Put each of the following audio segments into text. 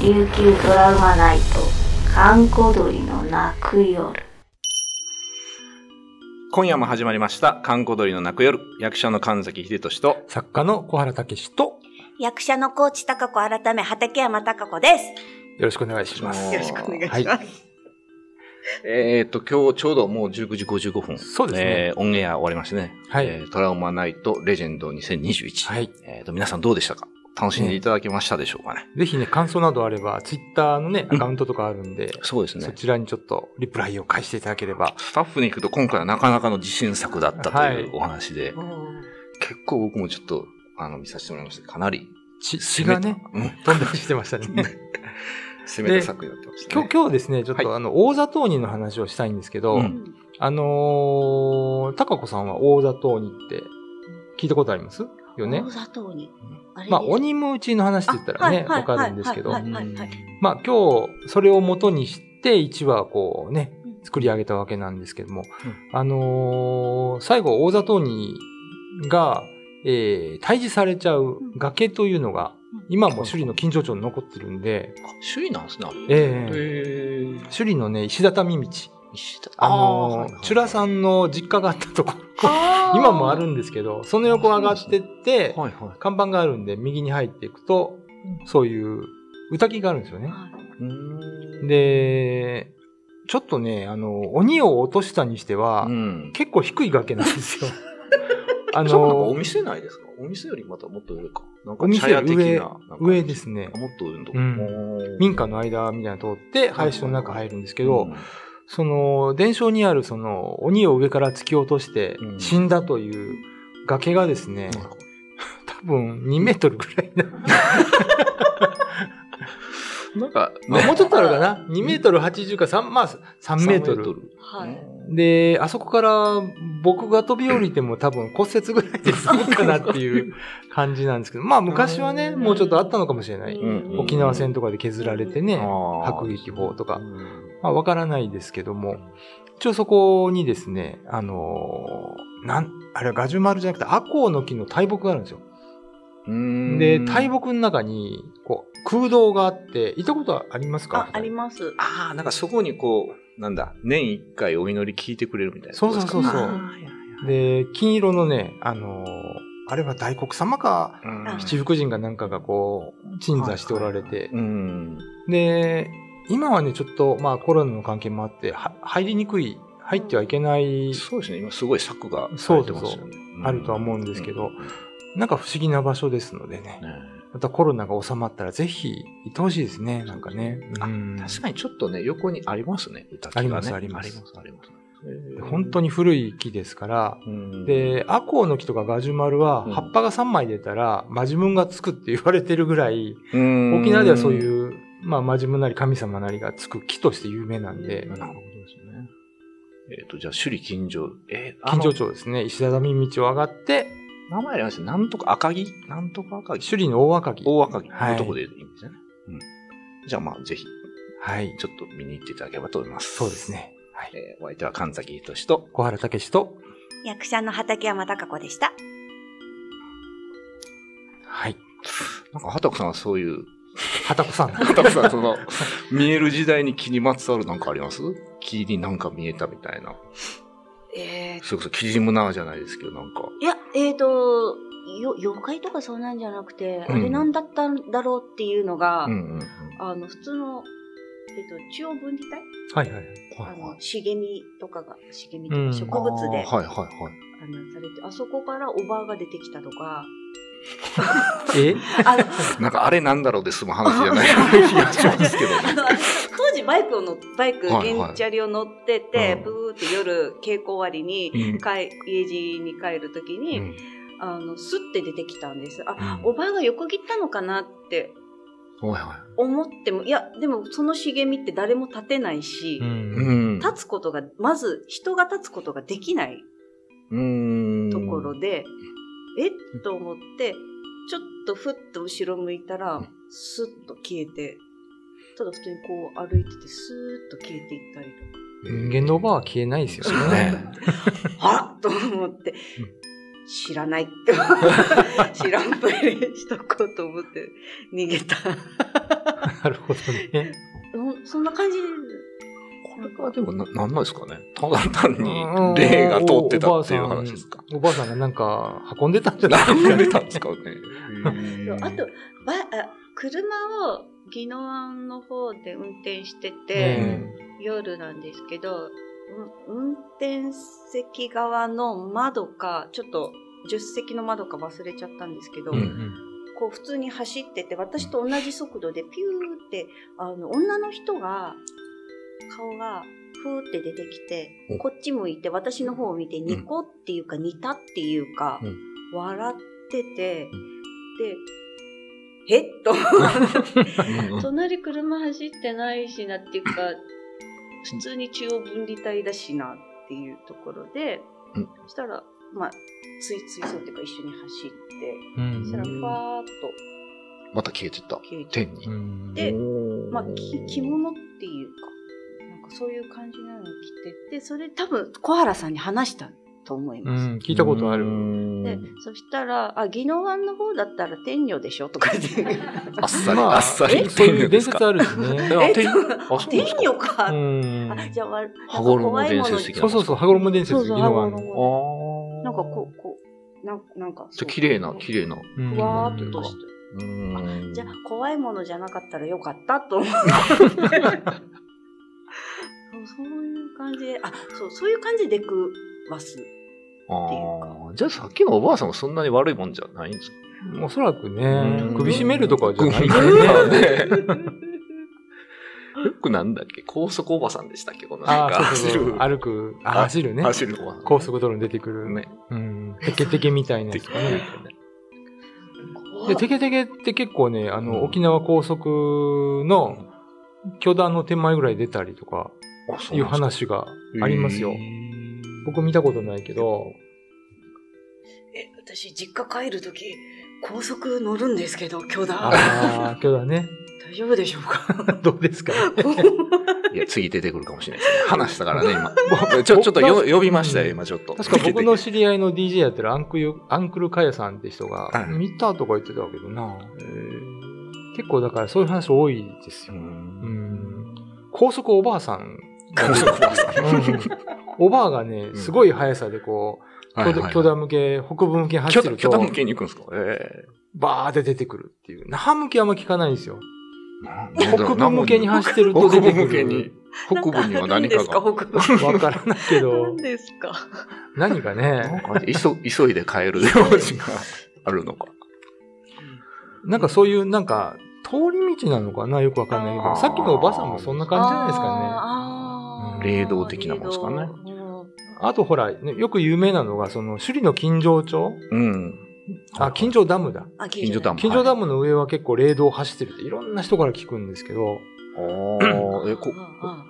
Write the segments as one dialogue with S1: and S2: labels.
S1: 琉球ドラマナイト閑古鳥の泣く夜
S2: 今夜も始まりました、観光鳥の泣く夜、役者の神崎秀俊と、
S3: 作家の小原武史と、
S4: 役者の高知貴子改め畠山貴子です。
S3: よろしくお願いします。
S2: よろしくお願
S3: いします
S4: す。
S2: えっと、今日ちょうどもう19時55分。
S3: そうですね
S2: えーオンエア終わりましたね。
S3: はい
S2: えートラウマナイトレジェンド2021。
S3: はい。
S2: えっと、皆さんどうでしたか楽しんでいただけましたでしょうかね。
S3: ぜひね、感想などあれば、ツイッターのね、アカウントとかあるんで、
S2: そうです
S3: そ
S2: ね。
S3: ちらにちょっとリプライを返していただければ。
S2: スタッフに行くと今回はなかなかの自信作だったと
S3: はいいう
S2: お話で、結構僕もちょっと、あの、見させてもらいました。かなり、
S3: 血血がね、
S2: 攻めた、
S3: 飛んだりしてましたね。
S2: うん、攻めた作品だってました、
S3: 今
S2: ね。
S3: 日、今日ですね、ちょっと、
S2: はい
S3: あの、大座当人の話をしたいんですけど、
S2: うん
S3: あのー、高子さんは大座当人って聞いたことありますよね
S4: 大。里に。あれ
S3: まあ、鬼むうちの話って言ったらね、わかるんですけど、
S4: はいはいはい
S3: まあ今日それを元にして1話こうね
S4: うん
S3: 作り上げたわけなんですけども、
S2: う
S3: あのー最後大里にが、えー退治されちゃう崖というのが
S4: うん
S3: 今も首里の金城町に残ってるんで、
S2: あ首位なんですね。
S3: えー
S2: えー、
S3: 首里のね石畳道
S2: 石田
S3: あのーチュラさ
S2: ん、
S3: んの実家があったとこ
S4: あ ー
S3: 今もあるんですけどその横上がってって、
S2: はいは
S3: 看板があるんで右に入っていくとそういう宴があるんですよね。
S2: い。うん
S3: で、ちょっとね、あの、鬼を落としたにしては、
S2: うん。
S3: 結構低い崖なんです よ。あ
S2: しかもなんかお
S3: の、
S2: 店ないですかお店よりまたもっと上か。なん
S3: お
S2: か茶
S3: 店
S2: 屋的な。
S3: 上
S2: なんか、
S3: 上ですね
S2: あ。もっと上のとこ。
S3: うん
S2: おー
S3: 民家の間みたいなの通って、林の中入るんですけ
S2: う
S3: ど、
S2: ん
S3: その、伝承にあるその、鬼を上から突き落として
S2: う、ん
S3: 死んだという崖がですね、
S2: なんか
S3: 多分2メートルぐらいな。
S2: なんか、
S3: まあもうちょっとあるかな ?2 メートル80か3、まあ3メートル。
S4: はい。
S3: で、あそこから僕が飛び降りても多分骨折ぐらいで済むかなっていう感じなんですけど、まあ昔はね、
S4: うん
S3: もうちょっとあったのかもしれない。
S2: うん
S3: 沖縄戦とかで削られてね、迫
S2: 迫
S3: 撃砲とか
S2: うん
S3: まあわからないですけども、一応そこにですね、あのーなん、あれはガジュマルじゃなくてアコウの木の大木があるんですよ。
S2: うん
S3: で、大木の中に、こう、空洞があって、行ったことはありますか
S4: あ、あります。
S2: ああ、なんかそこにこう、なんだ、年一回お祈り聞いてくれるみたいな。
S3: そうそうそうそう
S2: あーいや
S3: で、金色のね、あのーあれは大黒様か、
S2: いや
S4: あ
S3: 七福神がなんかがこう鎮座しておられて、
S2: うん。
S3: で今はねちょっとまあコロナの関係もあっては入りにくい入ってはいけない
S2: そうですね、今すごい柵がされてますよね。ん
S3: あるとは思うんですけどなんか不思議な場所ですので
S2: ね
S3: ねまたコロナが収まったらぜひ行ってほしいですねなんかね
S2: あ
S3: うん
S2: 確かにちょっとね、横にありますね、歌がね
S3: ありますありま
S2: あ
S3: す
S2: ります、あります。えー
S3: 本当に古い木ですから
S2: うん
S3: でアコウの木とかガジュマルは
S2: うん
S3: 葉っぱが3枚出たらマジムンがつくって言われてるぐらい
S2: うん
S3: 沖縄ではそう
S2: う
S3: いうまあマジムンなり神様なりがつく木として有名なんで、
S2: ん。なるほどですね。えっ、と、じゃあ、首里近所、えー、あ
S3: 近
S2: の
S3: 所町ですね石畳道を上がって
S2: 名前ありますね。なんとか赤城なんとか赤城
S3: 首里の大若木
S2: 大赤城
S3: はい
S2: のとこでいいんですよね。うん。じゃあ、まあ、ぜひ、
S3: はい
S2: ちょっと見に行っていただければと思います。
S3: そうです。ね、はい、
S2: えー、お相手は神崎仁と、
S3: 小原武史と
S4: 役者の畠山貴子でした。
S3: はい
S2: なんか、畑子さんはそういう、
S3: 畑子さん
S2: 畑子さん、その、見える時代に気にまつわるなんかあります気になんか見えたみたいな。
S4: え
S2: それこそ、キジムナーじゃないですけど、なんか。
S4: いや、えっ、と、よ、妖怪とかそうなんじゃなくて、
S2: うん
S4: あれなんだったんだろうっていうのが、
S2: うんうんうん。
S4: あの、普通の、えっ、と、中央分離帯
S3: はいはい
S4: あ
S2: はいは
S4: の
S2: い、
S4: 茂みとかが、茂みと
S3: うん
S4: か植物で、
S2: あーはいはいはい。
S4: あのされて、あそこからおばあが出てきたと か、
S3: え
S4: あの、
S2: なんかあれなんだろうで済む話じゃないような気がしますけど
S4: あ
S2: ね。
S4: の当時バイクを乗っバイク、
S2: はいはい
S4: 原チャリを乗ってて、
S2: うん
S4: ブーって夜稽古終わりに、
S2: うん
S4: 帰家路に帰る時に、
S2: うん
S4: あのスッて出てきたんですあ、
S2: うん
S4: おばあが横切ったのかなって
S2: はいは
S4: 思ってもいやでもその茂みって誰も立てないし、
S2: い。うん。
S4: 立つことがまず人が立つことができない
S2: うん。
S4: ところで、えっと思ってちょっとふっと後ろ向いたら、
S2: うん
S4: スッと消えてただ普通にこう歩いててスーッと消えていったりとか。
S3: 人間のおばあは消えないですよね
S2: ね。
S4: あっと思って、知らないって 知らんぷりしとこうと思って逃 げた
S3: なるほどね。
S4: ほんそんな感じ
S2: これはでもな、なんなんですかね。ただ単に霊が通ってたっていう話ですか。
S3: おばあさんがなんか運んでたんじゃない
S2: なんでたんですかね。
S4: であとばあ車を宜野湾の方で運転してて、
S3: え
S4: 夜なんですけど、う運転席側の窓か、ちょっと助手席の窓か忘れちゃったんですけど、
S2: う
S3: うんん
S4: こう普通に走ってて、私と同じ速度でピューって、あの、女の人が、顔が、ふーって出てきて
S2: お、
S4: こっち向いて私の方を見て、ニコっていうか、似たっていうか、
S2: うん
S4: 笑ってて
S2: う、
S4: で、えっと、
S2: うんうん
S4: 隣車走ってないしなっていうか普通に中央分離帯だしなっていうところで、
S2: うん
S4: そしたらまあついついそうっていうか一緒に走って
S3: う
S4: そしたら
S3: ん
S4: ファーっ
S2: また消えてった
S4: と。消えて、
S2: 天に
S3: う。ん
S4: で
S2: おー
S4: まあ、き着物っていうかなんかそういう感じなのを着ててそれ多分小原さんに話したと思いうます。
S3: ん聞いたことある。
S2: う
S4: で
S2: ん
S4: そしたら「あ宜野湾の方だったら天女でしょ」とか言って「
S2: あっさり、
S3: ま
S2: あっさり
S3: えそう
S2: 天
S3: い
S2: 女で
S3: う伝
S2: す
S3: 説
S2: か。
S3: あるんですね。
S2: あ天あそうなん
S4: 天
S2: ですか
S4: 女か」
S3: うん
S4: あじゃあわなんか
S2: 羽衣
S4: 怖いも
S2: 伝
S4: の
S2: 説的な
S3: そうそうそう、羽衣伝
S4: そう
S3: 説、
S4: そう
S3: 宜野湾
S4: 羽
S3: の。
S4: 衣
S2: あー
S4: なんかこう、こう、なんなんかそ
S2: じ
S4: う、
S2: ゃあ綺麗な、綺麗な。
S3: うん
S4: ふわーっとして。
S2: うん
S4: じゃあ、怖いものじゃなかったらよかったと 思って。そうそういう感じで、あ、そう、そういう感じで出くわす。っていうか
S2: あーじゃあさっきのおばあさんもそんなに悪いもんじゃないんですか
S3: おそらく
S2: う
S3: ね
S2: ん、
S3: 首絞めるとかじゃない
S2: まあ
S3: よね。
S2: ねよくなんだっけ高速おばさんでしたっけこのな
S3: あ
S2: んか
S3: あ、そう
S2: 走
S3: そうそ
S2: る
S3: う。歩く、あ走るね。
S2: 走るおばさん。
S3: 高速道路に出てくる。
S2: ね。
S3: うん。テケテケみたいなや
S2: で
S3: つ
S2: き
S3: か
S2: る
S3: ね。
S4: 怖
S3: で、
S4: い
S3: テケテケって結構ね、あ
S2: うん
S3: の、沖縄高速の巨大の手前ぐらい出たりとか、
S2: あそう
S3: いう
S2: なんですか
S3: 話がありますよ
S2: へ。ー
S3: 僕見たことないけど、
S4: え、私、実家帰るとき、高速乗るんですけど、今日だ。
S3: ああ、巨 大ね。
S4: 大丈夫でしょうか
S3: どうですか
S2: いや、次出てくるかもしれない ですね。話したからね、今。 ちょ、ちょっとよ呼びましたよ、今ちょっと。
S3: 確か僕の知り合いの DJ やってるアンクユアンクルカヤさんって人
S2: は
S3: が、
S2: い
S3: 見たとか言ってたけどな。結構だからそういう話多いです
S2: う
S3: よ。
S2: ん
S3: うん。高速おばあさん。
S2: 高速おばさん。
S3: うんおばあがね、すごい速さでこ う、
S2: はい
S3: 巨
S2: はいは
S3: 大
S2: い
S3: 巨大向け、北部向けに走
S2: 巨
S3: ってる
S2: 大
S3: と
S2: 巨、大向けに行くんですかえ
S3: バーって出てくるっていう。那覇向けあんま聞かないんですよ。
S2: え
S3: 北部向けに走ってると
S2: 北
S3: 出
S2: 部
S3: てく
S2: 向けに
S3: る。。
S2: 北部には何かが。
S4: なんですか、北
S3: わからないけ
S4: 部。
S3: ど
S4: 何、ですか。
S3: 何か
S2: なん
S3: ね、
S2: か急急いで帰る用事があるのか。
S3: なんかそういう、なんか、通り道なのかなよくわかんないけ
S4: あ
S3: ど、
S4: ー
S3: さっきのおばさんもそんな感じじゃないですかね。
S4: あーあー
S2: 霊道的なもんですかね
S4: 霊道うん
S3: あとほら、ねよく有名なのが、その、首里の金城町
S2: うん。
S3: あ、金城ダムだ。
S4: あ、近
S2: 近所
S4: 所
S2: ダム。
S3: 金城ダムの上は結構霊道を走ってるっていろんな人から聞くんですけど、
S2: はい。ああ、え、こ
S4: うん、うん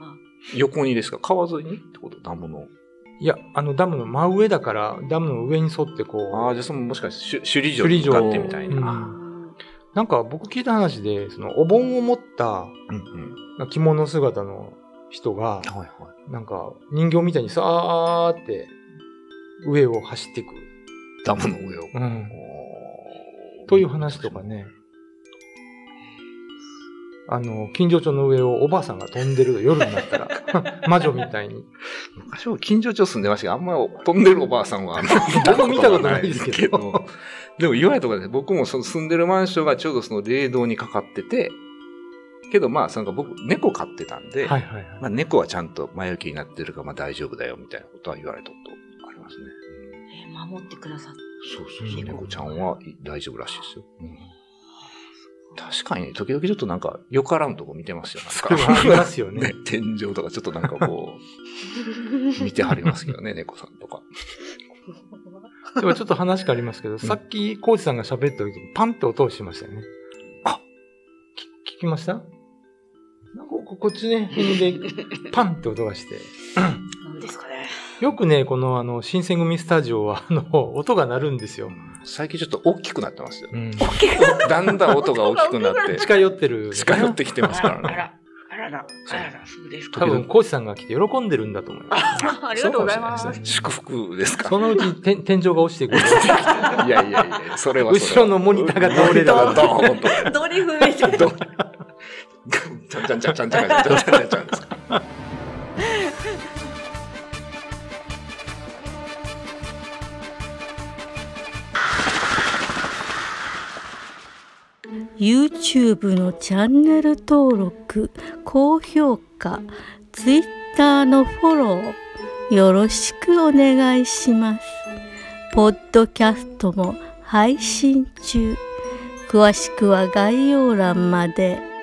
S4: うん
S2: 横にですか川沿いにってことダムの。
S3: いや、あのダムの真上だから、ダムの上に沿って
S2: あ
S3: こ
S2: あ、じゃあそのもしかして首里城に向かってみたい
S3: うん
S2: な。
S3: う、なんか僕聞いた話で、そのお盆を持った
S2: うんうん。
S3: 着物姿の人が、
S2: はいはい。
S3: なんか人形みたいにさーって上を走っていく。
S2: ダムの上を。
S3: うん。という話とかね。あの、近所町の上をおばあさんが飛んでる夜になった ら、魔女みたいに。
S2: 昔は近所町住んでましたけど、あんまり飛んでるおばあさんはあ の
S3: 僕見たことないですけ
S2: 見たこ
S3: ど
S2: とないですけど。 でも言われたことね、僕もその住んでるマンションがちょうどその霊道にかかってて、けどまあ、その僕猫飼ってたんで、
S3: はいはいはい。
S2: まあ猫はちゃんと前置きになってるからまあ大丈夫だよみたいなことは言われたことありますね。
S4: えー守ってくだ さった。
S2: そうそうそう、
S3: うん
S2: 猫ちゃんはい大丈夫らしいですよ。うん確かにね、時々ちょっとなんか、よからんとこ見てますよ。なん
S3: そ
S2: か
S3: れはありますよね
S2: ね。、 天井とかちょっとなんかこう、見てはりますけどね、猫さんとか。
S3: でもちょっと話変わりますけど、さっき、コウジさんが喋った時にパンって音をしましたよね。
S2: あ
S3: き聞きましたなんかここっちね、辺 でパンって音がして。
S4: なんですかね。
S3: よくね、このあの、新選組スタジオは、あの、音が鳴るんですよ。
S2: 最近ちょっと大きくなってますよ。
S3: うん。
S2: だんだん音が大きくなって、
S3: 近寄ってる。
S2: 近寄ってきてますからね。
S4: らら、あらら、そうですか。
S3: 多分、コーチさんが来て喜んでるんだと思います。
S4: ありがとうございます
S2: そかもしれな。ですね祝福ですか
S3: そのうち天天井が落ちてくる。
S2: いやいやいや、それはそれは。
S3: 後ろのモニターが倒れた
S2: ド
S3: ら。
S2: ーンとか。
S4: ドリフみたいな。
S2: ドンちゃんちゃんちゃんちゃんちゃんちゃんちゃんちゃんちゃんですか。
S5: YouTube のチャンネル登録高評価 Twitter のフォローよろしくお願いしますポッドキャストも配信中詳しくは概要欄まで。